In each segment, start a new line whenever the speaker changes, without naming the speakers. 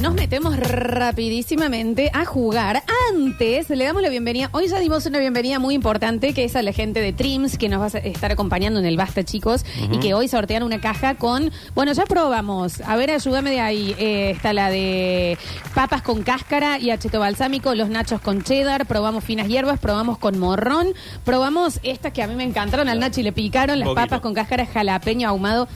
Nos metemos rapidísimamente a jugar. Antes le damos la bienvenida. Hoy ya dimos una bienvenida muy importante que es a la gente de Trims que nos va a estar acompañando en el Basta, chicos. Y que hoy sortean una caja con. Bueno, ya probamos. A ver, ayúdame de ahí. Eh, está la de papas con cáscara y acheto balsámico, los nachos con cheddar. Probamos finas hierbas, probamos con morrón. Probamos estas que a mí me encantaron. Al Nachi le picaron las
Poquito.
papas con cáscara jalapeño ahumado.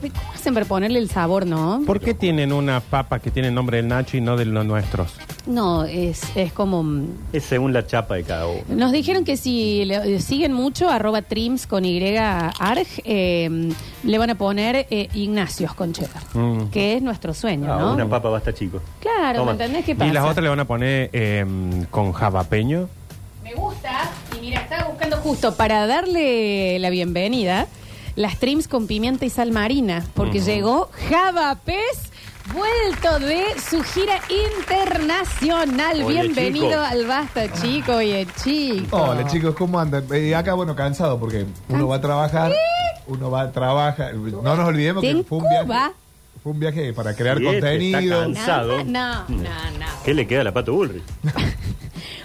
¿Qué, ¿Cómo hacen para ponerle el sabor, no?
¿Por qué tienen una papa que tiene el nombre del Nacho y no de los nuestros?
No, es, es como... mm,
Es según la chapa de cada uno.
Nos dijeron que si le- eh, siguen mucho, arroba trims con Y arg, eh, le van a poner eh, Ignacios con cheddar,
Mm.
que es nuestro sueño,
Ah,
¿no?
Una papa basta chico.
Claro, ¿me
Toma.
entendés qué pasa?
Y las otras le van a poner eh, con jalapeño.
Me gusta, y mira, estaba buscando justo para darle la bienvenida, las trims con pimienta y sal marina, porque llegó Java Pez, vuelto de su gira internacional.
Oye,
Bienvenido
chico.
al Basta, chico y el chico.
Hola chicos, ¿cómo andan? Eh, acá, bueno, cansado porque uno va a trabajar, uno va a trabajar. No nos olvidemos
¿En
que fue un viaje.
Cuba?
Fue un viaje para crear
Siete, está
contenido.
cansado. Cansado.
No, no, no.
¿Qué le queda a la pato Bullrich?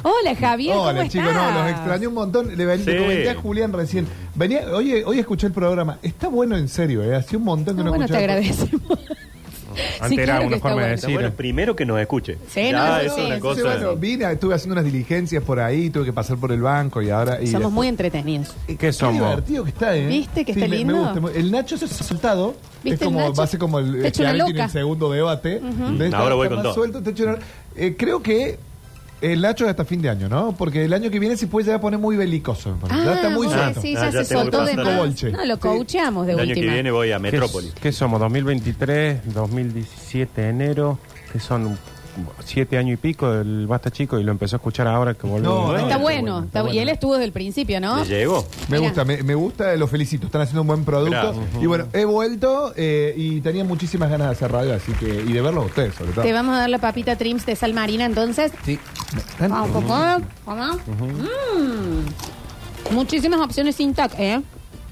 Hola Javier, ¿cómo
Hola
estás?
chicos, no, los extrañé un montón. Le, ven- le
Sí.
comenté a Julián recién. Venía, oye, hoy escuché el programa. Está bueno en serio, eh. Hacía un montón que
Ah,
no
bueno, te
escuchaba.
agradecemos.
Antes
Sí,
era
claro que
una
está
forma de
bueno.
Está
decir.
bueno, primero que nos escuche.
Sí,
Ya,
no, no,
Ah, es
sí,
una
sí,
cosa.
Entonces, bueno, vine, estuve haciendo unas diligencias por ahí, tuve que pasar por el banco y ahora. Y
Somos
después-
muy entretenidos.
Eh,
¿Qué somos?
divertido que está, ¿eh?
¿Viste que está
me-
lindo?
Me, gusta. El Nacho se ha soltado.
¿Viste
Es
el
como,
Nacho?
va a ser como el
Te ha hecho una
Schiaretti en
loca.
el segundo debate. De esta-
Ahora voy
está
con
más
todo.
suelto, te ha hecho una- Eh, creo que el Nacho es hasta fin de año, ¿no? Porque el año que viene se puede ya poner muy belicoso. me parece. ya está muy
vos
suelto.
decís,
Ah,
Ah, ya,
ya
se
tengo que
soltó de
pasar
más.
el bolche.
No, lo
Sí.
coacheamos de
El año
última.
que viene voy a
¿Qué,
Metrópolis.
qué somos? 2023, 2017, enero, que son siete años y pico del Basta Chico y lo empezó a escuchar ahora que volvió.
No,
Está
Está
bueno, está bu- y él estuvo desde el principio, ¿no?
¿Le llegó?
Me
Mirá.
gusta, me, me gusta, los felicito, están haciendo un buen producto.
Gracias.
Y bueno, he vuelto eh, y tenía muchísimas ganas de hacer radio, así que, y de verlo a ustedes, sobre todo.
Te vamos a dar la papita trims de sal marina, entonces.
Sí. Están-
Vamos, papá, mamá. Mm. Muchísimas opciones sin tac, ¿eh?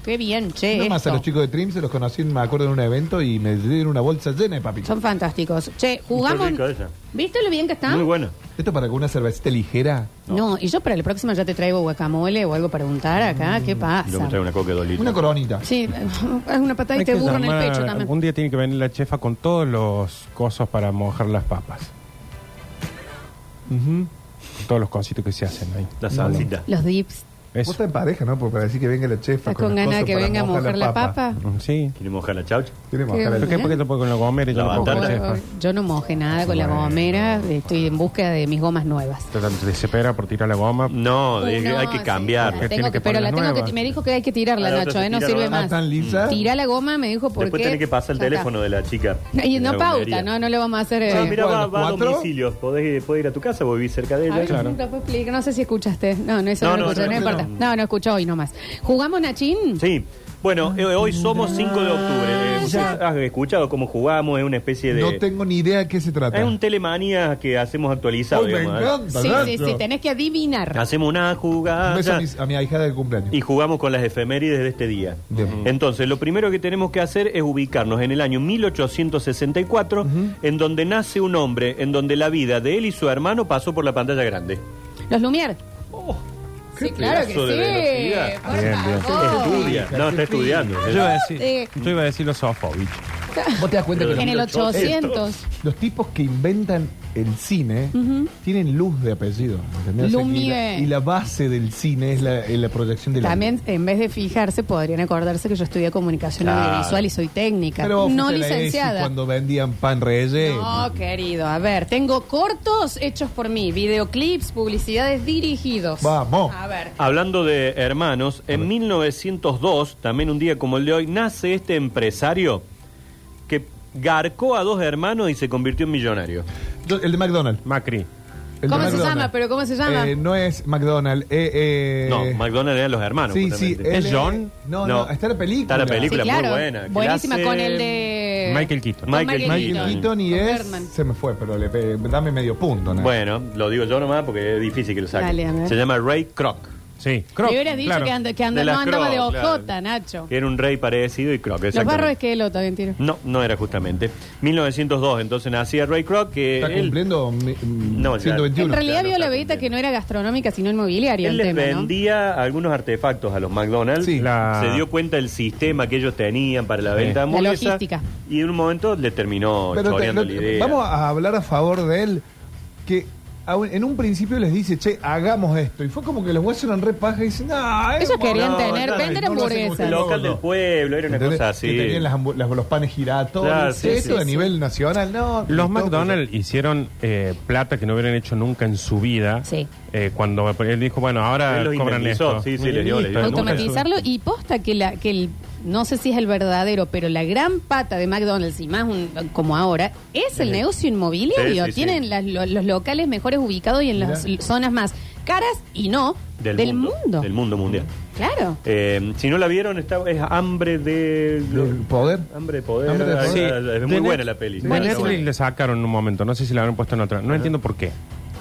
Qué bien, che.
No más a
esto.
los chicos de Trim, se los conocí, me acuerdo en un evento y me dieron una bolsa llena de papitas.
Son fantásticos. Che, jugamos.
rico esa.
¿Viste lo bien que está?
Muy bueno.
Esto para que una cervecita ligera.
No. y yo para el próximo ya te traigo guacamole o algo para untar acá. ¿Qué
Mm, Yo me
pasa?
traigo una coca de dos litros.
Una coronita.
Sí, es una patada y
Hay
te
que
burro en el
llamar-
pecho también.
Algún día tiene que venir la chefa con todos los cosos para mojar las papas.
Ujú.
Todos los cositos que se hacen ahí.
La salsita.
Los dips.
Vos
Eso.
estás en pareja, ¿no? Porque para decir que venga la chefa.
¿Estás con
las
ganas de
cosas
que
para
venga a mojar la papa?
Mm, Sí.
¿Quiere mojar la chaucha?
Tiene que mojar
¿Qué?
la
¿Pero qué?
¿Eh?
¿Por qué te puedo con la gomera y yo
La
no puedo con la
batata.
chefa?
Yo no mojé nada con la
Bueno.
gomera. Estoy en búsqueda de mis gomas nuevas.
Te desespera por tirar la goma.
No,
Uh,
de-
no,
hay que
sí,
cambiar.
la tengo
Porque tiene
que-
que
pero
poner
la tengo
nueva.
que, me dijo que hay que tirarla,
A la
Nacho,
otra
eh,
se
no
tira
sirve
la
papa.
más.
Ah, tan lisa.
Mm. Tirá la goma, me dijo, ¿por
Después
qué?
tiene que pasar el
Ya está.
teléfono de la chica.
Y
de
no
la
pauta,
gomería.
no, no le vamos a hacer... eh,
No, mira, va, va a
¿Cuatro?
domicilio. Podés, podés ir a tu casa, vos vivís cerca
A
de ella.
ver,
claro.
nunca fue explica- No sé si escuchaste. No, no, eso no,
No,
lo
no,
escuché, no,
no,
importa.
no.
No, no escuchó hoy nomás. ¿Jugamos, Nachín?
Sí. Bueno, eh, hoy somos 5 de octubre. Eh,
Ya.
¿Has escuchado cómo jugamos? Es una especie de...
No tengo ni idea de qué se trata.
Es un telemanía que hacemos actualizado.
Ay, me
digamos, ¿eh?
encanta,
Sí,
Nacho.
sí, sí, tenés que adivinar.
Hacemos una
Un beso a
jugada
Ah,
mis- a mi, ahijada del cumpleaños.
y jugamos con las efemérides de este día.
Bien.
Entonces, lo primero que tenemos que hacer es ubicarnos en el año 1864, en donde nace un hombre, en donde la vida de él y su hermano pasó por la pantalla grande.
¿Los Lumier?
Oh, qué
sí, claro que
pedazo de
sí.
velocidad.
Por
Bien, bien.
favor.
Estudia. No, está estudiando.
Yo iba a decir,
Sí.
yo iba a decir los sofovich.
Vos te das cuenta que
En el 800.
los tipos que inventan el cine tienen luz de apellido. ¿entendés? O sea, que
Lumière.
y, la, y la base del cine es la, eh, la proyección de la
También, en vez de fijarse, podrían acordarse que yo estudié comunicación
Claro.
audiovisual y soy técnica.
Pero vos
no
fuiste a la ESI
licenciada.
cuando vendían pan reyes.
No, querido. A ver, tengo cortos hechos por mí, videoclips, publicidades dirigidos.
Vamos.
A ver.
Hablando de hermanos, en 1902, también un día como el de hoy, nace este empresario que garcó a dos hermanos y se convirtió en millonario.
Yo- el de McDonald's.
Macri.
El de
¿Cómo se
McDonald's.
llama? ¿Pero cómo se llama?
Eh, no es McDonald's. eh, eh,
No, McDonald's eran los hermanos.
Sí, sí.
justamente.
él
¿Es John?
No, no, está la película.
Está la película,
Sí, claro.
muy buena. que
Buenísima
la hace-
con el de.
Michael Keaton.
con
Michael
Michael
Keaton.
Keaton y
Con
es.
Bergman.
Se me fue, pero le, pe- dame medio punto. ¿no?
Bueno, lo digo yo nomás porque es difícil que lo saque.
¿eh? Dale, a ver.
Se llama Ray Kroc.
Sí,
Me hubieras dicho
claro.
que, ando- que ando-
De
no
las
andaba de
Crocs,
ojota,
claro.
Nacho.
Era un rey parecido y Croc,
Los
exactamente.
barros es que el otro, bien tiro.
No, no era justamente. 1902, entonces nacía Ray Kroc, que
Está
él,
cumpliendo mi- mm,
No, ya.
En
121.
realidad
claro,
vio
está
la beta
cumpliendo.
que no era gastronómica, sino inmobiliaria
él
el
les
tema, ¿no?
vendía algunos artefactos a los McDonald's.
Sí.
La-
Se dio cuenta del sistema que ellos tenían para la
Sí.
venta de
La
hamburguesas,
logística.
Y en un momento le terminó
Pero te-
choreando
no-
la idea.
vamos a hablar a favor de él, que a un- en un principio les dice, che, hagamos esto. Y fue como que los huesos eran re paja y dicen, no, es
Ellos
como-
querían
No,
tener,
claro,
vender
no lo hacen
hamburguesas.
El
ustedes.
local
No,
del
no.
pueblo, era una
¿Entendés?
cosa así.
Que tenían las hambu- las- los panes giratorios,
Claro, sí,
esto
sí,
a
sí.
nivel nacional, no.
Los
todo-
McDonald's hicieron eh, plata que no hubieran hecho nunca en su vida.
Sí.
Eh, cuando él dijo, bueno, ahora
Él los
cobran
indemnizó,
esto.
sí, sí, le dio, le dio.
Listo, nunca en su-
Automatizarlo y posta que la que el no sé si es el verdadero, pero la gran pata de McDonald's y más un- como ahora es el negocio inmobiliario.
Sí, sí,
Tienen
sí.
las- lo- los locales mejores ubicados y en las
Mirá.
zonas más caras y no del, mundo.
Del mundo mundial.
Claro.
Eh, si no la vieron, está, es hambre de.
¿Del poder?
Hambre de poder.
Hambre de
ah,
poder.
ah, Es
de
muy buena
Net-
la peli.
De
Está
Netflix
buena.
le sacaron en un momento, no sé si la habrán puesto en otra. No entiendo por qué.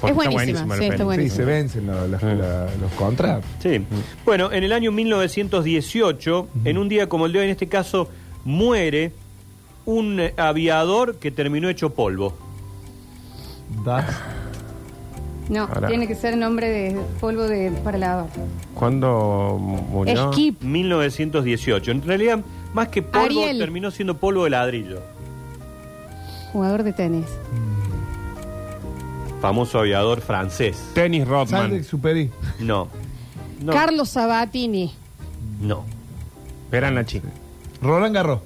Porque
Es buenísima, sí, está buena.
Sí,
Buenísimo.
se vencen lo- las- la- los contratos.
Sí. Bueno, en el año 1918, en un día como el de hoy, en este caso, muere un eh, aviador que terminó hecho polvo.
Das-
No,
Ahora.
tiene que ser nombre de polvo de para lavar.
Cuando murió.
Skip.
1918. En realidad, más que polvo,
Ariel.
terminó siendo polvo de ladrillo.
Jugador de tenis.
Famoso aviador francés.
Dennis Rodman.
Sandrick Superi.
No. No.
Carlos Sabatini.
No.
Verán la chica.
Roland Garros.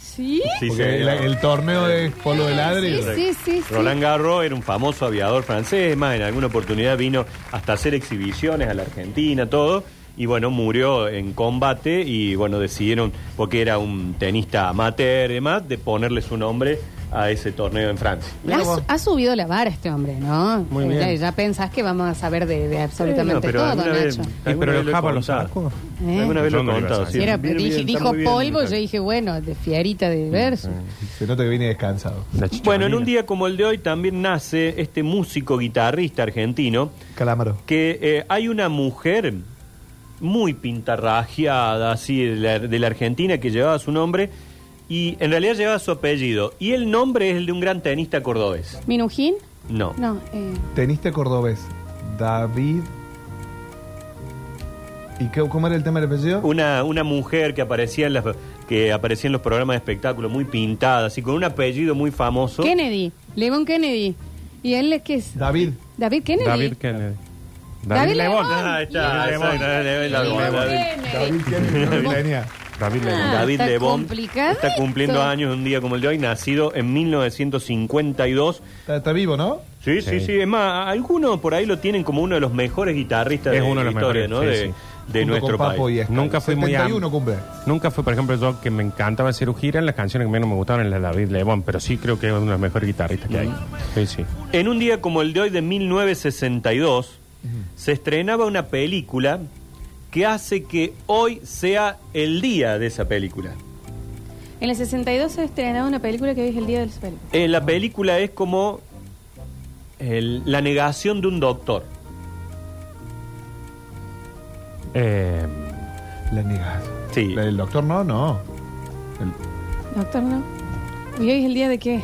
¿Sí?
Sí,
Porque
señor.
el, el torneo de polo de
Sí,
ladrillo.
sí, sí. sí.
Roland Garros era un famoso aviador francés, es más, en alguna oportunidad vino hasta hacer exhibiciones a la Argentina, todo, y bueno, murió en combate y bueno, decidieron, porque era un tenista amateur y demás, de ponerle su nombre a ese torneo en Francia.
Ha, su- ha subido la vara este hombre, ¿no?
Muy
Eh,
bien.
Ya, ya pensás que vamos a saber de, de
Bueno,
absolutamente
pero
todo,
alguna vez-
Nacho.
Eh,
alguna
pero
vez
los
lo he
japas los
contado.
sacó.
¿Eh?
Alguna vez lo he
¿Dónde lo
contado,
ibas a
sí.
Mira,
Bien,
dije-
bien, está
dijo
muy bien,
polvo,
Ricardo.
yo dije, bueno, de fierita de verso.
Se nota que viene descansado.
La chicharrina.
Bueno, en un día como el de hoy también nace este músico guitarrista argentino,
Calamaro.
que eh, hay una mujer muy pintarrajeada, así, de la, de la Argentina, que llevaba su nombre y en realidad llevaba su apellido. Y el nombre es el de un gran tenista cordobés.
¿Minujín?
No.
No, eh,
Teniste cordobés. David. ¿Y qué, cómo era el tema del apellido?
Una, una mujer que aparecía, en las, que aparecía en los programas de espectáculo, muy pintada, así, con un apellido muy famoso.
Kennedy, Levon Kennedy. ¿Y él es qué es?
David.
David Kennedy.
David Kennedy.
David Lebón.
Ah, está,
David
exacto,
Lebón.
David Lebón,
David
David-
David Kennedy, no lo tenía.
David
Ah,
Lebón.
David
está
Lebón
complicadito.
está cumpliendo años un día como el de hoy, nacido en 1952.
Está, está vivo, ¿no?
Sí, sí, sí,
Sí.
Es más, algunos por ahí lo tienen como uno de los mejores guitarristas
Es
de
uno de
la
los
historia,
mejores,
¿no?
sí,
de
sí.
de
Junto
nuestro
con Papo
país.
y Escala.
Nunca fui muy
71
am-
cumple.
Nunca fui, por ejemplo, yo que me encantaba hacer gira, en las canciones que menos me gustaban eran las de David Lebón, pero sí creo que es uno de los mejores guitarristas
Mm.
que hay. Sí, sí.
En un día como el de hoy de 1962, se estrenaba una película que hace que hoy sea el día de esa película.
En el 62 se estrenaba una película que hoy es el Día del Suelo.
Eh, la película es como el- la negación de un doctor.
Eh,
La negas.
Sí.
La del doctor no, no. El-
Doctor, ¿no? ¿Y hoy es el día de qué?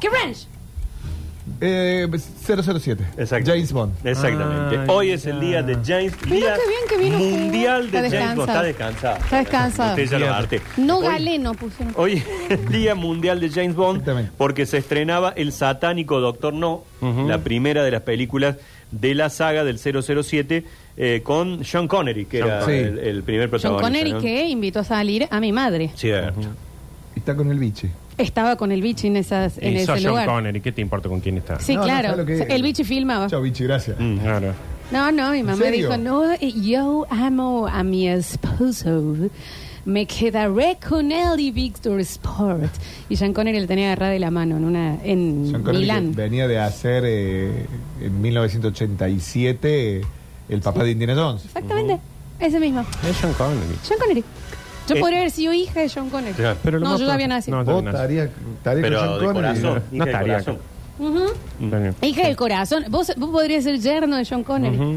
¡Qué ranch!
eh, 007.
Exacto.
James Bond.
Exactamente.
Ay,
hoy es el día
Ah, mira.
de James
Mira
día
qué bien que vino usted.
Mundial
Está
de James Bond. Está
descansado.
descansado.
Está descansado.
Usted ya lo arte.
No
Hoy-
galeno pusieron.
Hoy es el Día Mundial de James Bond
Exactamente.
porque se estrenaba El Satánico Doctor No,
Ujú.
la primera de las películas de la saga del 007 eh, con Sean Connery, que
Sean
era
Connery.
el, el primer
John
protagonista.
Connery
¿no?
que invitó a salir a mi madre.
Cierto.
Y está con el biche.
Estaba con el bichi en, esas, en
y
ese
sos John
lugar.
Connery, ¿qué te importa con quién estás?
Sí,
No, no,
claro.
¿sabes lo que-
El bichi filmaba.
Chao, biche, gracias.
Mm.
Claro.
No, no, mi mamá
serio?
dijo, no, eh, yo amo a mi esposo. Me quedaré con él y Victor Sport. Y Sean Connery le tenía agarrada de la mano en una en
Sean Connery que
Milán.
venía de hacer eh, en 1987 eh, el papá de Indiana Jones.
Exactamente, ese mismo.
Es Sean Connery.
John Connery. Yo
Eh,
podría haber sido hija de John Connery.
claro,
pero lo
no,
más
yo ya
pro-
había nacido.
no,
Vos estarías estarías
Pero
con
de
Sean Connery.
corazón.
No
hija de
estaría
corazón.
acá.
Ujú.
Daniel.
Hija del corazón. Vos, vos podrías ser yerno de John Connery.
Ujú.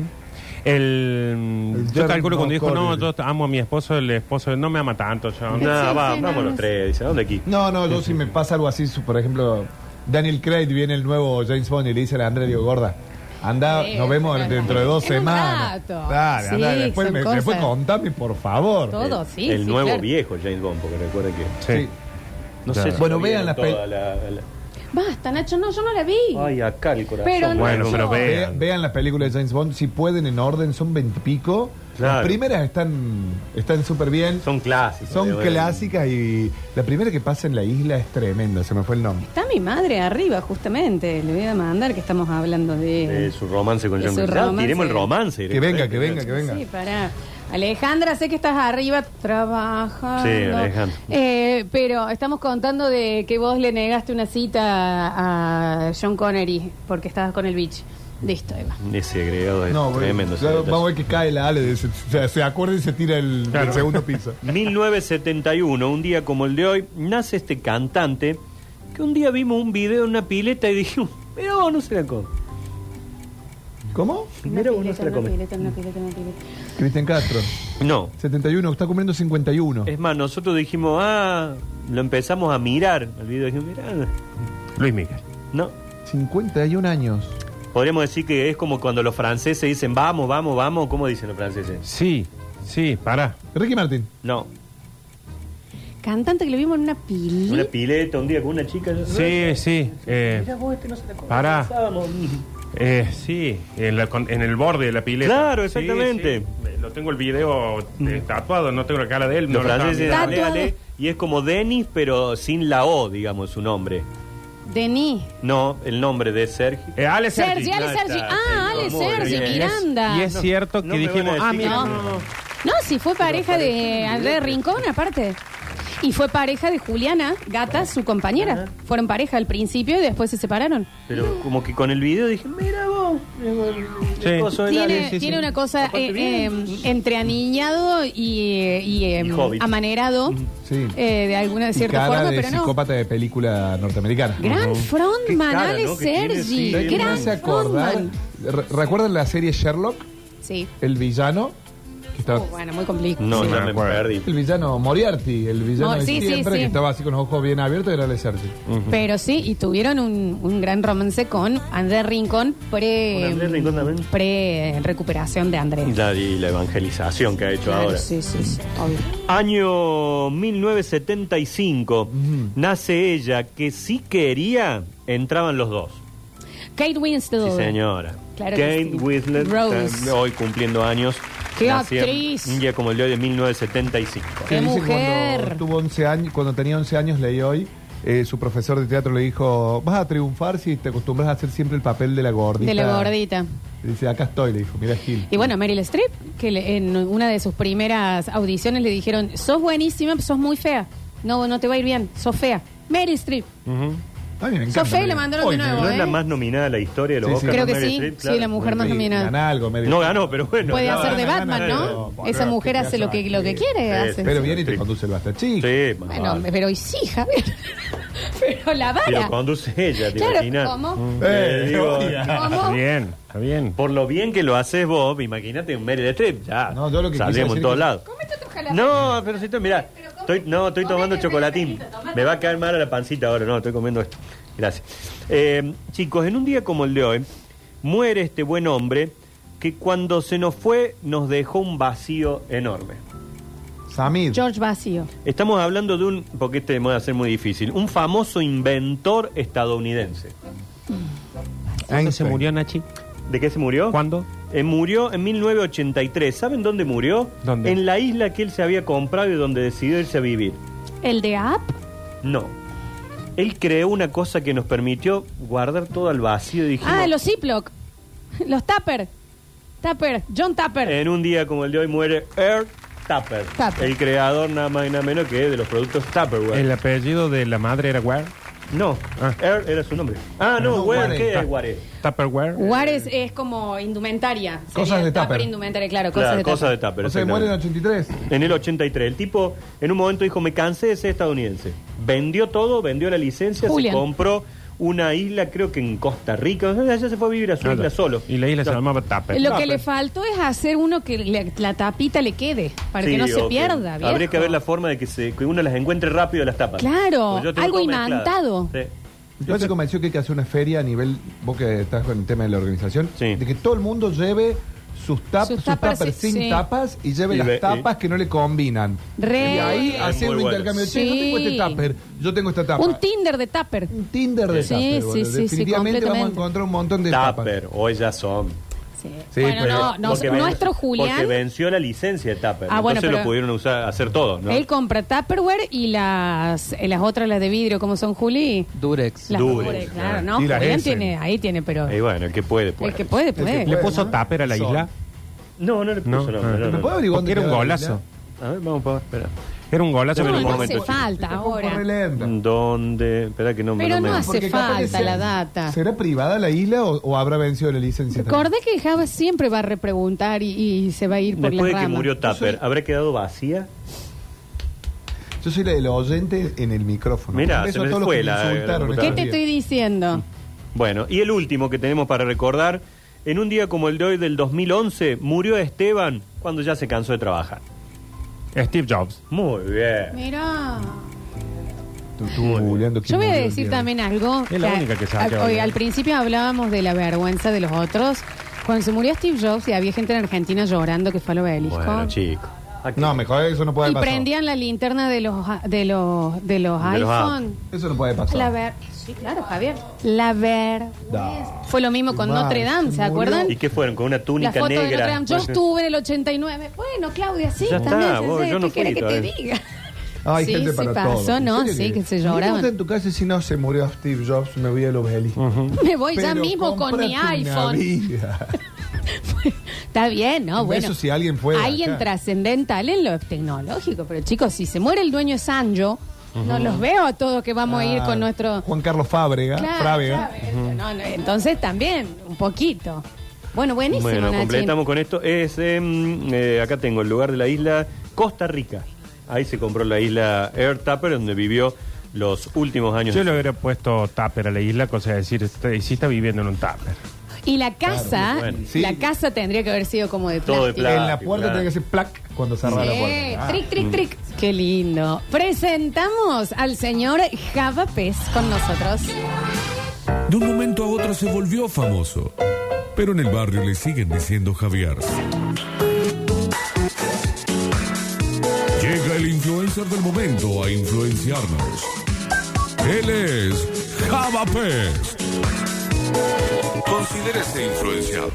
El, mm,
El
yo
Jerry
calculo cuando dijo, no,
Connery.
yo amo a mi esposo, el esposo no me ama tanto, yo.
Sí,
Nada, va,
sí,
vamos
no,
los
no
tres, dice, ¿a dónde aquí?
No, no, yo si me pasa algo así, su- por ejemplo, Daniel Craig viene el nuevo James Bond y le dice a Andrea, digo, gorda, anda,
Sí,
nos vemos
claro.
dentro de dos
En un
semanas.
rato.
Dale,
Sí,
andá, después,
son
me,
cosas.
después contame, por favor.
Todo,
El-
sí.
Eh, El
sí,
nuevo
claro.
viejo James Bond, porque recuerden que.
Sí.
No
Claro.
sé si
Bueno,
lo
vean
vieron
la pe-
toda la- la-
Basta, Nacho, no, yo no la vi.
Ay, acá el corazón.
Pero no.
Bueno,
no.
pero ve.
Ve- vean las películas de James Bond, si pueden en orden, son veintipico. Las
Claro.
primeras están están súper bien, son,
Son clásicos. eh, digamos.
clásicas y la primera que pasa en la isla es tremenda, se me fue el nombre.
Está mi madre arriba, justamente. Le voy a mandar que estamos hablando de.
Eh, su romance con
De
John
su
Connery. Ya,
romance.
Tiremos el romance.
Que venga, que venga, que
directamente.
venga.
Sí, para. Alejandra, sé que estás arriba trabajando.
Sí, Alejandra.
Eh, pero estamos contando de que vos le negaste una cita a John Connery porque estabas con el bitch. Listo, Eva.
Ese agregado es
No,
tremendo.
bueno,
ese
ya
detalle.
vamos a ver que cae la Ale, se, se- se acuerda y se tira el, del
Claro.
segundo piso.
1971, un día como el de hoy, nace este cantante que un día vimos un video en una pileta y dijimos, pero vos no se la come.
¿Cómo?
Mira, vos no se la
una
come.
pileta, una pileta, una pileta.
Cristian Castro,
No,
71, está cumpliendo 51.
Eh.
es más, nosotros dijimos, ah, lo empezamos a mirar. El video dijimos, mirá,
Luis Miguel.
no.
51 años.
Podríamos decir que es como cuando los franceses dicen, vamos, vamos, vamos. ¿Cómo dicen los franceses?
Sí, sí, pará.
Ricky Martín.
No,
Cantante que lo vimos en una pileta.
una pileta, un día con una chica. yo-
Sí, sí. eh,
Mirá vos, este no se la come.
Pará.
Pensábamos. "Mm".
eh, sí, en, la con- en el borde de la pileta.
Claro,
Sí,
exactamente.
sí, eh, Lo tengo el video eh, tatuado, no tengo la cara de él.
Los
no lo estaba
franceses dicen,
mirando.
ale, ale, y es como Denis, pero sin la O, digamos, su nombre.
Denis.
No, el nombre de Sergio.
Eh, Ale Sergi.
Sergi, Ale
no,
Sergi.
está,
Ah,
señor.
Ale
Muy
Sergi,
bien.
Miranda.
Y es cierto que
No me
dijimos,
van a
ah,
decir
mira.
No, no, si fue pareja de Andrés Rincón, aparte. Y fue pareja de Juliana Gata, su compañera. Fueron pareja al principio y después se separaron.
Pero como que con el video dije, mira vos. el- el
Sí.
coso del
Tiene,
Ale, sí, sí.
tiene una cosa
Aparte
eh,
bien.
eh, entre aniñado y, eh, y, eh,
Y hobbit. Mm.
amanerado,
Sí.
eh, de alguna de
Y
cierta
cara
forma,
de
pero no.
psicópata de película norteamericana.
Gran frontman,
Qué cara,
Ale
¿no? que tiene,
Sergi.
sí,
¿Saben que me
gran
hace acordar?
frontman.
Re- ¿Recuerdan la serie Sherlock?
Sí.
El villano. que estaba-
Uh, bueno, muy complicado.
No,
Sí.
ya
me
me
acuerdo.
perdí.
El villano Moriarty, el villano
Mor-
de
sí, sí,
siempre,
sí.
que estaba así con los ojos bien abiertos, era el Sergi.
Pero sí, y tuvieron un, un gran romance con André Rincón
Con
pre,
Andrés Rincón también.
pre recuperación de André.
La- Eh, y la evangelización que ha hecho
Claro,
ahora.
sí, sí, sí, obvio.
Año 1975. Nace ella que si quería, entraban los dos.
Kate Winslet.
Sí, señora.
Claro que
Kate
sí.
Winslet,
Rose.
está hoy cumpliendo años.
¡Qué
Nacía
actriz!
Un día como el de hoy de 1975.
¡Qué
Que dice que
mujer!
Cuando, tuvo 11 años, cuando tenía 11 años, leí hoy, eh, su profesor de teatro le dijo, vas a triunfar si te acostumbras a hacer siempre el papel de la gordita.
De la gordita.
Y Dice, acá estoy, le dijo, mira Gil.
Y bueno, Meryl Streep, que le- en una de sus primeras audiciones le dijeron, sos buenísima, pero sos muy fea. No, no te va a ir bien, sos fea. Meryl Streep.
Ujú.
A mí me encanta.
Sofía,
Meryl.
le mandaron
Hoy
de nuevo,
¿No
¿eh?
es la más nominada de la historia de los
Sí, sí.
Oscars?
Creo que
Meryl
sí,
Streep,
sí,
claro.
la mujer más
Sí,
nominada.
gana algo, Meryl.
No ganó, pero bueno.
Puede
no,
hacer
no,
de
no,
Batman,
no,
¿no?
no, no,
Esa
no,
mujer
qué
hace lo que,
pasa.
lo que quiere.
Sí,
hace.
sí.
Pero Ah. viene y te conduce el basta chico.
Sí, más
Bueno,
vale.
pero y sí, Javier. pero la
Si
vara.
lo conduce ella, ¿te
Claro,
imaginas?
¿cómo?
Mm.
Eh,
Eh, digo,
oiga.
¿Cómo?
Está bien, está bien.
por lo bien que lo haces vos, imagínate un Meryl Streep, ya.
No, yo lo que quise
Salimos en
decir
todos
que-
lados.
Comete otro jalapeno.
No, pero si tú, mirá,
Pero come-
estoy, no, estoy
comete
tomando
el
chocolatín.
chocolatito, tomate.
Me va a caer mal a la pancita ahora, no, estoy comiendo esto. Gracias. Eh, chicos, en un día como el de hoy, muere este buen hombre que cuando se nos fue nos dejó un vacío enorme.
Samir.
George Vacío.
Estamos hablando de un, porque este me va a ser muy difícil, un famoso inventor estadounidense.
¿Cuándo se
Einstein.
murió Nachi?
¿De qué se murió?
¿Cuándo?
Eh, murió en 1983. ¿Saben dónde murió?
¿Dónde?
En la isla que él se había comprado y donde decidió irse a vivir.
El de App.
No. Él creó una cosa que nos permitió guardar todo al vacío. Dijimos,
Ah, los Ziploc. Los Tupper. Tupper. John Tupper.
En un día como el de hoy muere Earl Tupper,
Tupper.
el creador nada más y nada menos que de los productos Tupperware.
El apellido de la madre era Ware.
No,
Ah.
Earl era su nombre. Ah, no,
No,
Ware,
Ware.
¿qué
Ta-
es Ware?
Tupperware.
Juárez
eh,
es como indumentaria.
Cosas
Sería
de
Tupper.
Tupper.
indumentaria, claro. Cosas
Claro,
de
cosa de
Tupper.
Tupper.
O sea, muere en
exactamente.
83.
En el 83, el tipo en un momento dijo, me cansé de ser estadounidense. Vendió todo, vendió la licencia,
Julian.
se compró una isla, creo que en Costa Rica, no sé, allá se fue a vivir a su isla solo.
Y la isla se
Claro.
llamaba Tupper.
Lo
Ah,
que le
pero-
faltó es hacer uno que le- la tapita le quede, para
Sí,
que no se
o
pierda. viejo.
Habría que ver la forma de que, se, que uno las encuentre rápido las tapas.
Claro,
Porque yo tengo
algo
todo mezclado.
imantado.
Sí.
Yo estoy convencido que hay que hacer una feria a nivel, vos que estás con el tema de la organización,
Sí.
de que todo el mundo lleve sus tapas,
Sus
sus,
tapas,
tuppers
sí,
sin
sí.
tapas y lleve
Y
las
ve- y-
tapas que no le combinan.
Re-
Y ahí
Es
hacer
muy
un
bueno.
intercambio. Che, yo tengo
Sí.
este tupper, yo tengo esta tapa.
Un Tinder de tupper.
Un Tinder de
Sí,
tupper,
sí,
boludo.
sí, sí,
Definitivamente vamos a
completamente.
encontrar un montón de tapas.
Tupper, hoy ya son.
Sí.
Sí,
bueno,
pero-
no, nos-
Porque ven-
nuestro
Porque
Julián,
venció la licencia de Tupper.
Ah, bueno,
entonces
pero-
lo pudieron usar, hacer todo, ¿no?
él compra Tupperware y las, eh, las otras, las de vidrio, como son Juli.
Durex.
Las
Durex,
Durex,
claro.
claro,
Eh,
¿no?
Y las
Julián
Essen.
tiene, ahí tiene, pero
Y bueno, el que puede, puede.
el que puede,
que
puede.
¿Le
puede.
puso
Bueno,
Tupper a la
son.
isla?
No, no le
No,
puso no,
ah.
no, no,
¿Me
no.
puedo averiguar dónde
Porque era un
queda la
golazo.
A ver, vamos para espera.
Era un golazo.
No,
pero
no,
un
lo-
hace
momento,
falta
Este
ahora.
Corre lenta.
Mm. ¿Dónde? Espera que no me
Pero
no me-
no hace
Porque capaz que
falta
se-
la data.
¿Será privada la isla o, o habrá vencido la licencia? también?
Recordé que Java siempre va a repreguntar y, y se va a ir por
Después de
la
que
rama.
murió Tupper, ¿habrá quedado vacía?
Yo soy la de los oyentes en el micrófono.
Mirá,
Un beso
se me
a todos los que
fue la- eh,
insultaron
la-
estos
¿Qué te
días.
estoy diciendo?
Mm.
Bueno, y el último que tenemos para recordar, en un día como el de hoy del 2011, murió Esteban cuando ya se cansó de trabajar.
Steve Jobs.
Muy bien.
Mira.
Tú- tú googleando quién
Yo voy a
murió el
decir
día de hoy.
también algo.
Es la única que sabe que
al,
va a
oye,
hablar.
al principio hablábamos de la vergüenza de los otros. Cuando se murió Steve Jobs y había gente en Argentina llorando que fue al obelisco.
Bueno, chico. Aquí-
No, mejor eso no puede
y
pasar.
prendían la linterna de los de los de los
De los
iPhone.
Eso no puede pasar.
la ver sí, claro, Javier. La vergüenza.
No.
Fue lo mismo con
Mal,
Notre Dame,
se
¿se
murió.
acuerdan?
¿Y qué fueron? Con una
La
túnica
foto de Notre
negra.
Dame. Yo estuve en el 89. Bueno, Claudia, sí,
Ya
también.
está,
sí,
vos,
sí,
yo no
¿Qué querés
fui
que te
todavía.
diga?
Ah, hay
sí,
gente
sí
para
pasó,
todo.
¿no?
¿En serio
Sí, que se
Mira,
lloraban.
vos en tu casa si no se murió Steve Jobs, me voy al obelisco.
Me voy Pues ya
Pero
mismo con mi
cómprate una
iPhone.
vida.
Está bien, ¿no?
Un
Bueno.
beso si alguien puede
Alguien
acá.
trascendental en lo tecnológico. Pero chicos, si se muere el dueño de Sanjo, no los veo a todos que vamos a ir
Ah,
con nuestro.
Juan Carlos Fábrega.
Claro,
Frávega.
Frávega. No, no, entonces también, un poquito. Bueno, buenísimo,
Bueno,
Nachín.
completamos con esto. Es em, eh, acá tengo el lugar de la isla Costa Rica. Ahí se compró la isla Air Tupper, donde vivió los últimos años.
Yo
de
le
su-
hubiera puesto Tupper a la isla, cosa de decir, está- y sí está viviendo en un Tupper.
Y la casa,
Claro, bueno.
la
Sí.
casa tendría que haber sido como de
Todo de
plástico.
Claro,
en la puerta
claro.
tiene que ser plac cuando cerra la
Eh,
puerta. Ah.
tric, tric, tric. Qué lindo. Presentamos al señor Java Pez con nosotros.
De un momento a otro se volvió famoso. Pero en el barrio le siguen diciendo Javier. Llega el influencer del momento a influenciarnos. Él es Java Pez. Considérese influenciado.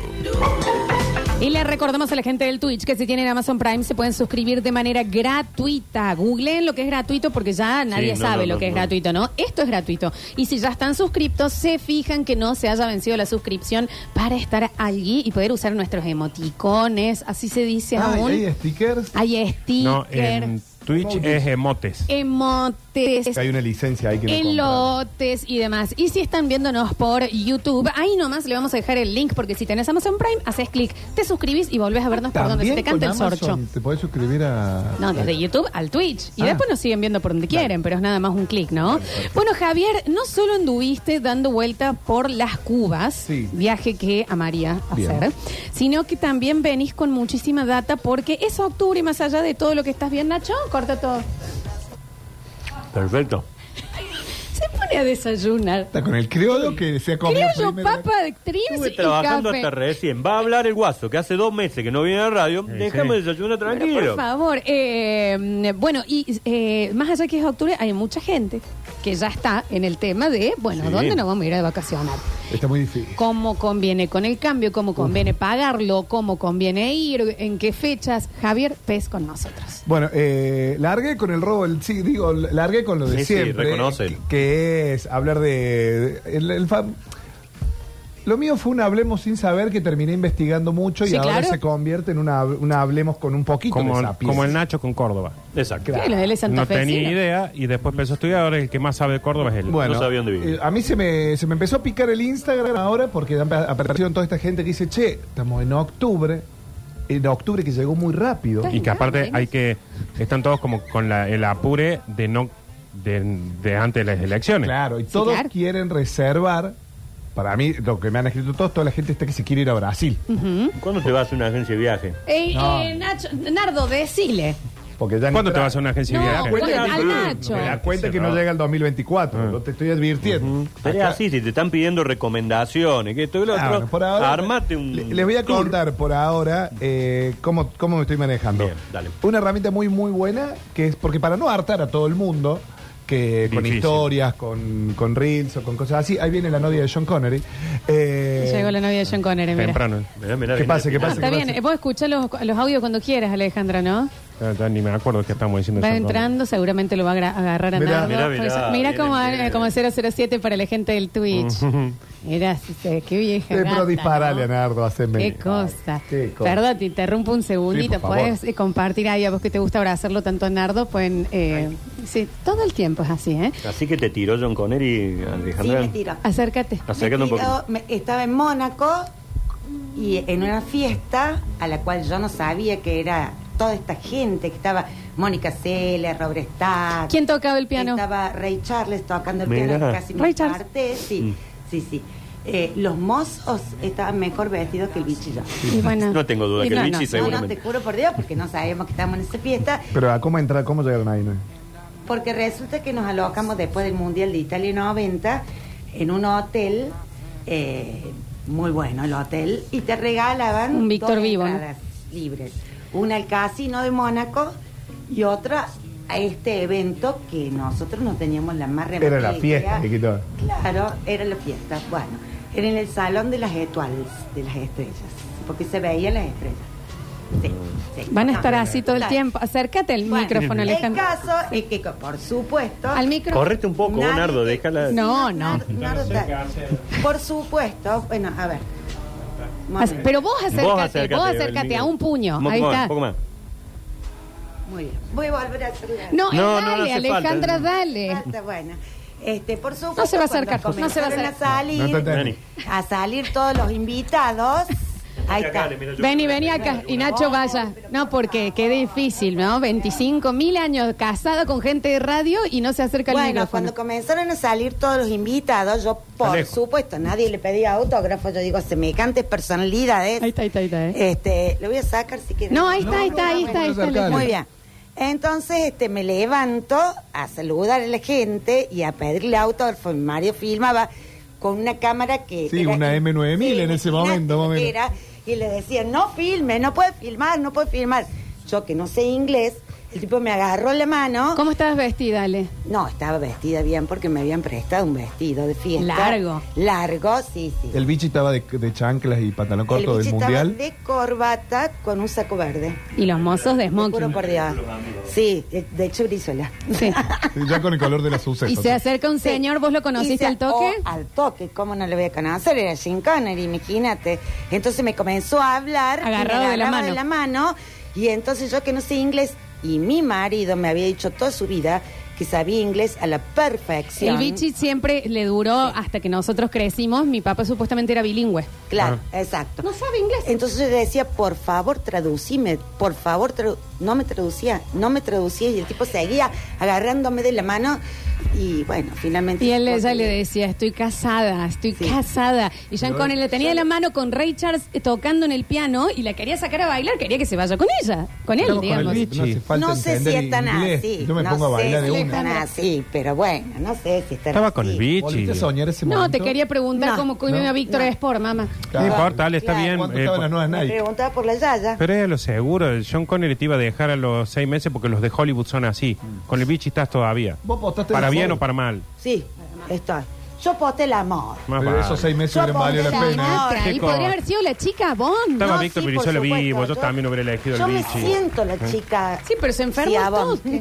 Y le recordamos a la gente del Twitch que si tienen Amazon Prime se pueden suscribir de manera gratuita. Googleen lo que es gratuito porque ya nadie
no,
sabe
no,
lo
no,
que es
no.
gratuito, ¿no? Esto es gratuito. Y si ya están suscriptos, se fijan que no se haya vencido la suscripción para estar allí y poder usar nuestros emoticones. Así se dice
Ah,
aún.
¿Hay stickers?
Hay
No,
stickers,
en Twitch es emotes.
emotes.
Hay una licencia ahí que no comprar.
Elotes y demás. Y si están viéndonos por YouTube, ahí nomás le vamos a dejar el link porque si tenés Amazon Prime, haces clic, te suscribís y volvés a vernos por donde se te canta el
con
sorcho.
Amazon Te podés suscribir a.
No, desde YouTube al Twitch. Y
Ah.
después nos siguen viendo por donde quieren, pero es nada más un clic, ¿no? Bueno, Javier, no solo anduviste dando vuelta por las Cubas,
Sí.
viaje que amaría
Bien.
hacer, sino que también venís con muchísima data porque es octubre y más allá de todo lo que estás viendo, Nacho, corta todo.
Perfecto.
Se pone a desayunar.
Está con el criollo que se ha comido.
Criollo,
primero.
papa, de trims
Estuve
y
trabajando
café.
hasta recién. Va a hablar el guaso, que hace dos meses que no viene a la radio. Déjame
sí.
desayunar
Pero,
tranquilo.
por favor, eh, bueno, y eh, más allá que es octubre, hay mucha gente que ya está en el tema de, bueno,
Sí.
¿dónde nos vamos a ir a vacacionar?
Está muy difícil.
¿Cómo conviene con el cambio? ¿Cómo conviene pagarlo? ¿Cómo conviene ir? ¿En qué fechas? Javier Pez con nosotros.
Bueno, eh, largué con el robo, el- sí, digo, largué con lo de
Sí, sí,
siempre.
reconócelo.
que- Que es hablar de. de- el- el fam- lo mío fue un hablemos sin saber que terminé investigando mucho y
Sí,
ahora
claro.
se convierte en una, una hablemos con un poquito de
Como,
sapiens.
como el Nacho con Córdoba.
Exacto.
Sí, los de la Santa
No
Fe,
tenía
sí, ¿no?
idea y después empezó a estudiar. Ahora el que más sabe de Córdoba es él.
Bueno,
No sabía dónde vivía.
eh, a mí se me, se me empezó a picar el Instagram ahora porque ya empe- aparecieron toda esta gente que dice, che, estamos en octubre, en octubre que llegó muy rápido.
Está
Y que aparte
Bueno.
hay que. Están todos como con la- el apure de no de, de antes de las elecciones.
Claro, y
Sí,
todos
claro.
quieren reservar. Para mí, lo que me han escrito todos, toda la gente está que se quiere ir a Brasil.
Mm.
¿Cuándo te vas a una agencia de viaje?
Ey,
No.
eh, Nacho, Nardo, decile.
Porque ya ni
¿Cuándo te
tra-
vas a una agencia
No,
de viaje?
bueno,
Cuenta-
al Nacho.
Me da cuenta que no
Cerrado.
llega el 2024. Lo te estoy advirtiendo.
Pero es
Acá-
Ah. así, si te están pidiendo recomendaciones, que esto y lo
Ah,
otro,
bueno, por ahora-
armate un.
Le- Les voy a
tour.
contar por ahora eh, cómo, cómo me estoy manejando.
Bien, dale.
Una herramienta muy, muy buena que es porque para no hartar a todo el mundo. Que con
Difícil.
historias, con, con reels o con cosas así. Ahí viene la novia de John Connery. Eh,
Llegó la novia de John Connery, mira.
Temprano.
Mirá, mirá,
¿Qué
viene-
pasa, qué
Ah,
pasa?
está bien, eh, vos escuchás los, los audios cuando quieras, Alejandra, ¿no?
Ya- ya ni me acuerdo qué estamos diciendo.
Va
Son
entrando, seguramente lo va a agra- agarrar a
Mirá.
Nardo.
Mirá, mirá,
Por eso- mirá
viene,
como,
viene.
eh, como 007 para la gente del Twitch. Mirá, si se- qué vieja.
Eh,
gata,
pero dispara,
¿no?
Leonardo, haceme.
Qué cosa.
Qué cosa.
Perdón, te interrumpo un segundito.
Sí, por favor.
Podés eh, compartir ahí a vos que te gusta abrazarlo tanto a Nardo. Pueden, eh, sí, todo el tiempo es así, ¿eh?
Así que te tiró John Connery,
Sí,
Alejandra.
me tiró.
Acércate.
Acércate un
Me tiró,
poco.
me- estaba en Mónaco y en una fiesta a la cual yo no sabía que era toda esta gente que estaba Mónica Seles, Robert Stack.
¿Quién tocaba el piano?
Estaba Ray Charles tocando el
Mirá.
piano que casi me
Ray Charles.
infarté. Sí,
Mm.
sí, sí. Eh, los mozos estaban mejor vestidos que el bichillo.
Y bueno.
No tengo duda
Y
que el
no,
Vichy
no.
se-
No, no,
Seguramente.
te juro por Dios, porque no sabíamos que estábamos en esa fiesta.
Pero ¿a cómo entrar? ¿Cómo llegaron ahí? No?
Porque resulta que nos alojamos después del Mundial de Italia 90 en un hotel, eh, muy bueno el hotel, y te regalaban
Un Víctor
dos
Vivo, ¿no?
entradas libres. Una al casino de Mónaco y otra a este evento que nosotros no teníamos la más remota
Era la
idea.
fiesta, chiquito.
Claro, era la fiesta. Bueno, era en el salón de las etuales, de las estrellas, porque se veían las estrellas. Sí, sí.
Van a estar así todo el
Claro.
tiempo. Acércate al
Bueno,
micrófono,
El
Alejandro.
caso es que, por supuesto.
Al micrófono.
Correte un poco,
Nadie-
Bernardo, déjala.
No,
Sí,
no.
Nar- Nardo está- Por supuesto. Bueno, a ver.
Ac-
Momento.
Pero vos acércate, vos acércate,
Belmiro.
a un puño.
poco
Ahí
más,
está.
poco más.
Muy bien. Voy a volver a hacerla.
No, eh,
No, no, no
dale,
hace falta.
Alejandra, dale.
Falta, bueno. Este, por supuesto.
No se va a
cuando
acercar, no se va a
comenzaron
acercar.
No,
A
no,
salir,
no, no.
Vení.
a salir todos los invitados. Ahí está.
Dale, mira, yo-
Vení, vení acá. Y Nacho, vaya. No, porque qué difícil, ¿no? 25 mil años casada con gente de radio y no se acerca al
Bueno,
micrófono.
cuando comenzaron a salir todos los invitados, yo, por
Alejo.
supuesto, nadie le pedía autógrafo. Yo digo, semejantes personalidades.
Ahí está, ahí está, ahí está. eh.
Este, lo voy a sacar si quieres.
No, ahí está, ahí está, ahí
no,
está, ahí
no,
está.
no,
Alejandra.
no,
Muy bien. Entonces, este, me levanto a saludar a la gente y a pedirle autógrafo. Mi Mario filmaba con una cámara que.
Sí, una M9000 en ese momento, más o menos.
era, y le decía, no filme, no puede filmar, no puede filmar. Yo que no sé inglés, el tipo me agarró la mano.
¿Cómo estás vestida, Ale?
No, estaba vestida bien porque me habían prestado un vestido de fiesta.
Largo.
Largo, sí, sí.
El bichi estaba de, de chanclas y pantalón corto
El bicho
del
estaba
mundial.
de corbata con un saco verde.
Y los mozos de
Te juro
smoking.
por Dios. Sí, de, de hecho Brizuela.
Sí.
Ya con el color de la sucesos.
Y se acerca un señor, ¿vos lo
Y
conociste
se-
al toque?
oh, al toque, ¿cómo no lo voy a conocer? Era Jim Connery, imagínate. Entonces me comenzó a hablar. y me
Agarrado de la
agarraba
mano.
de la mano. Y entonces yo que no sé inglés, y mi marido me había dicho toda su vida que sabía inglés a la perfección.
El bichi siempre le duró hasta que nosotros crecimos. Mi papá supuestamente era bilingüe.
Claro,
Ah.
exacto.
No sabe inglés.
Entonces yo le decía, por favor, traducime, por favor, tradu- no me traducía, no me traducía. Y el tipo seguía agarrándome de la mano y bueno, finalmente...
Y él ya le decía, estoy casada, estoy
Sí.
casada. Y Jean Connery la tenía de la mano con Ray Charles eh, tocando en el piano y la quería sacar a bailar, quería que se vaya con ella, con él,
Estamos con el
digamos.
bichi. No hace falta
No sé si
entender
es tan
inglés.
así.
Yo me
no
pongo a
sé
bailar de
si es
una.
tan así, pero bueno, no sé si es tan
Estaba
así.
con el bichi.
¿Volviste a soñar ese
no,
momento?
te quería preguntar
No,
cómo comió
no,
a Víctor
no.
Sport, mamá.
No
Claro.
importa, Ale, está
Claro.
bien.
¿Cuánto
eh,
estaban
po-
las nuevas
Me
Nike?
preguntaba por la Yaya.
pero es a lo seguro, el John Connery te iba a dejar a los seis meses porque los de Hollywood son así. Con el bichi estás todavía.
Mm. Vos votaste
Para
la
bien
foto.
o para mal.
Sí, estoy. Yo posté el amor.
Más
Pero
vale.
esos seis meses
Yo
hubieran valido la
aposté
pena. ¿eh?
la
Imagínate,
Qué
ahí
cosa.
podría haber sido la chica Bond.
Estaba
No,
Víctor
sí, por
Virizola
supuesto,
vivo, yo también hubiera elegido
yo
el
Yo
bichi.
me siento la chica.
Sí, pero se enfermó
Ciabón.
todo.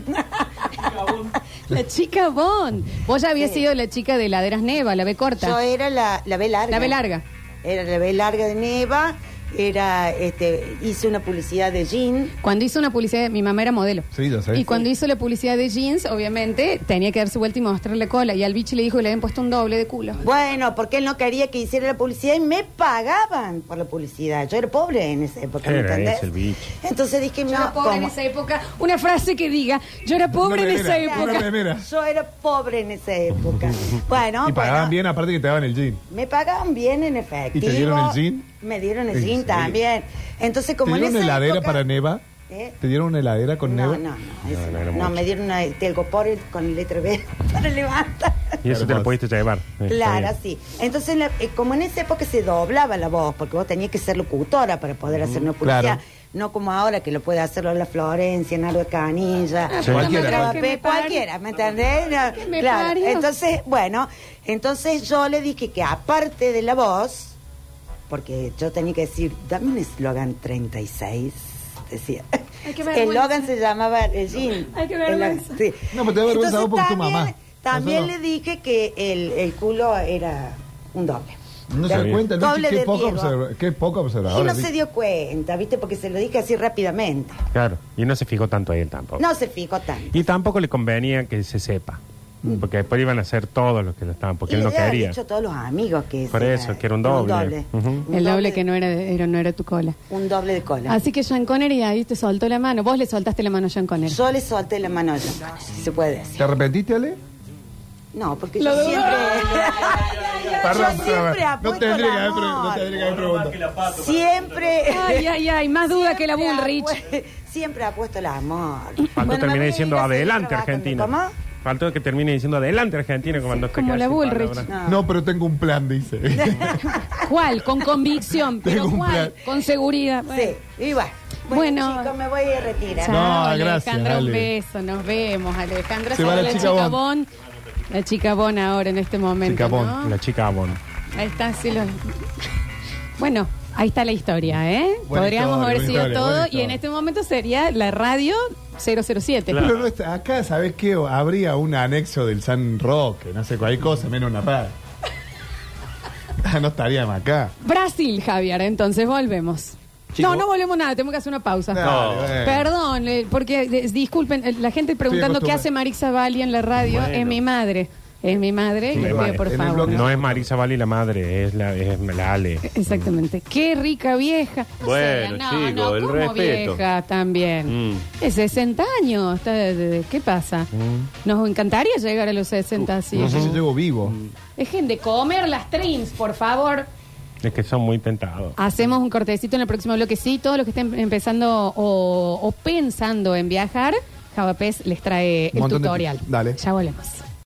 La chica Bond. Vos ya habías sido la chica de Laderas Neva, la B corta.
Yo era la, la B larga.
La B larga.
Era la B larga de Neva. era, este, hice una publicidad de jean.
Cuando hizo una publicidad, mi mamá era modelo.
Sí, lo sé.
Y cuando hizo la publicidad de jeans, obviamente, tenía que darse vuelta y mostrar la cola. Y al bicho le dijo que le habían puesto un doble de culo.
Bueno, porque él no quería que hiciera la publicidad y me pagaban por la publicidad. Yo era pobre en esa época, ¿me
Era
entendés?
ese el bicho.
Entonces dije,
Yo
no,
era pobre en
¿cómo?
esa época. Una frase que diga, yo era pobre en esa
remera, una
época.
remera.
Yo era pobre en esa época. Bueno,
Y pagaban
bueno,
bien, aparte que te daban el jean.
Me pagaban bien en efectivo.
¿Y te dieron el jean?
Me dieron el
¿En
jean
serio?
también. Entonces,
¿Te
como
dieron
en
una
esa
heladera
época-
para neva?
¿Eh?
¿Te dieron una heladera con
no,
neva?
no, no, eso
No,
no,
no era
No,
mucho.
me dieron una telgopor con letra B para levantar.
Y eso te
Hermoso.
lo pudiste llevar. Eh,
Claro,
está bien.
sí. Entonces, la- eh, como en esa época se doblaba la voz, porque vos tenías que ser locutora para poder hacer una publicidad.
Mm, Claro.
No como ahora que lo puede hacerlo la Florencia, Nardo Canilla,
Ah,
Sí.
Cualquiera.
Rafa
Que me
Pe-
parió.
cualquiera, ¿me entendés? No,
Que me
claro.
parió.
Entonces, bueno, entonces yo le dije que aparte de la voz, porque yo tenía que decir, dame un eslogan 36, decía.
Ay, qué
El
vergüenza.
eslogan se llamaba eh, Jean.
Ay, qué
El-
vergüenza.
sí.
No, pero te da vergüenza
Entonces,
vos porque es tu
también-
mamá.
También
Nosotros-
le dije que el, el culo era un doble.
No se da
Doble.
cuenta, ¿no?
Doble
Qué
de
poco,
Diego.
observa- qué poco observador.
Y no
así.
se dio cuenta, ¿viste? Porque se lo dije así rápidamente.
Claro. Y no se fijó tanto a él tampoco.
No se fijó tanto.
Y tampoco le convenía que se sepa. Porque después iban a hacer todos los que lo estaban, porque
Mm. Y
él no
le había
quería.
dicho a todos los amigos que
Por
ese
eso, que era un doble. Ujú.
Un
El doble que no era, era- no era tu cola.
Un doble de cola.
Así que Sean Connery ahí te soltó la mano. Vos le soltaste la mano a Sean Connery.
Yo le solté la mano a ella, si se puede decir.
¿Te arrepentiste, Ale?
No, porque
Lo
yo
dudo.
siempre...
Perdón,
yo
perdón.
siempre apuesto
no tendría que
al
eh,
haber pre-
amor.
no tendría que haber preguntado.
Siempre...
Ay, ay, ay, más duda que la
Siempre
Bullrich.
apu- Siempre ha puesto el amor.
Faltó
Bueno, me voy
terminé
a
Ah, diciendo
ir a seguir
adelante
trabajando.
Argentina.
¿Cómo?
Faltó que termine diciendo adelante Argentina como cuando te
como
quedas
la
sin
Bullrich.
palabras.
No.
No, pero tengo un plan, dice.
¿Cuál? Con convicción, pero
Tengo un
¿cuál?
plan.
Con seguridad.
Sí, y bueno.
Bueno.
chicos, me voy a retirar.
Chao,
No, gracias,
Alejandra, un
dale.
beso. Nos vemos, Alejandra.
Se va
Sabe
la chica Bon.
La chica Bon ahora en este momento.
Chica Bon,
¿no?
La chica Avon.
Ahí está, sí, lo- Bueno, ahí está la historia, ¿eh?
Buena
Podríamos
historia,
haber
buena
sido
historia,
todo
buena
y en
historia.
este momento sería la radio 007.
Pero no está- acá, ¿sabes qué? Habría un anexo del San Roque, no sé, cualquier cosa, menos una rara. no estaríamos acá.
Brasil, Javier, entonces volvemos.
Chico.
No, no volvemos nada, tenemos que hacer una pausa.
Dale, bueno.
Perdón, eh, porque eh, disculpen, eh, la gente preguntando qué
acostumbrado.
hace Marisa Valle en la radio
Bueno.
es mi madre. Es mi madre,
Mi
le pido,
madre.
por
En el
favor.
bloque.
No es Marisa Vali la madre, es la, es la Ale.
Exactamente. Qué rica vieja. O
Bueno,
no,
chico,
no,
el
¿cómo
respeto.
vieja también.
Mm.
Es 60 años. está de- de- ¿Qué pasa?
Mm.
Nos encantaría llegar a los 60 así.
No sé si llego vivo.
Dejen de comer las trims, por favor.
Es que son muy tentados.
Hacemos un cortecito en el próximo bloque. Sí, todos los que estén empezando o, o pensando en viajar, Javapés les trae el
Montón de
tutorial.
tips. Dale.
Ya volvemos.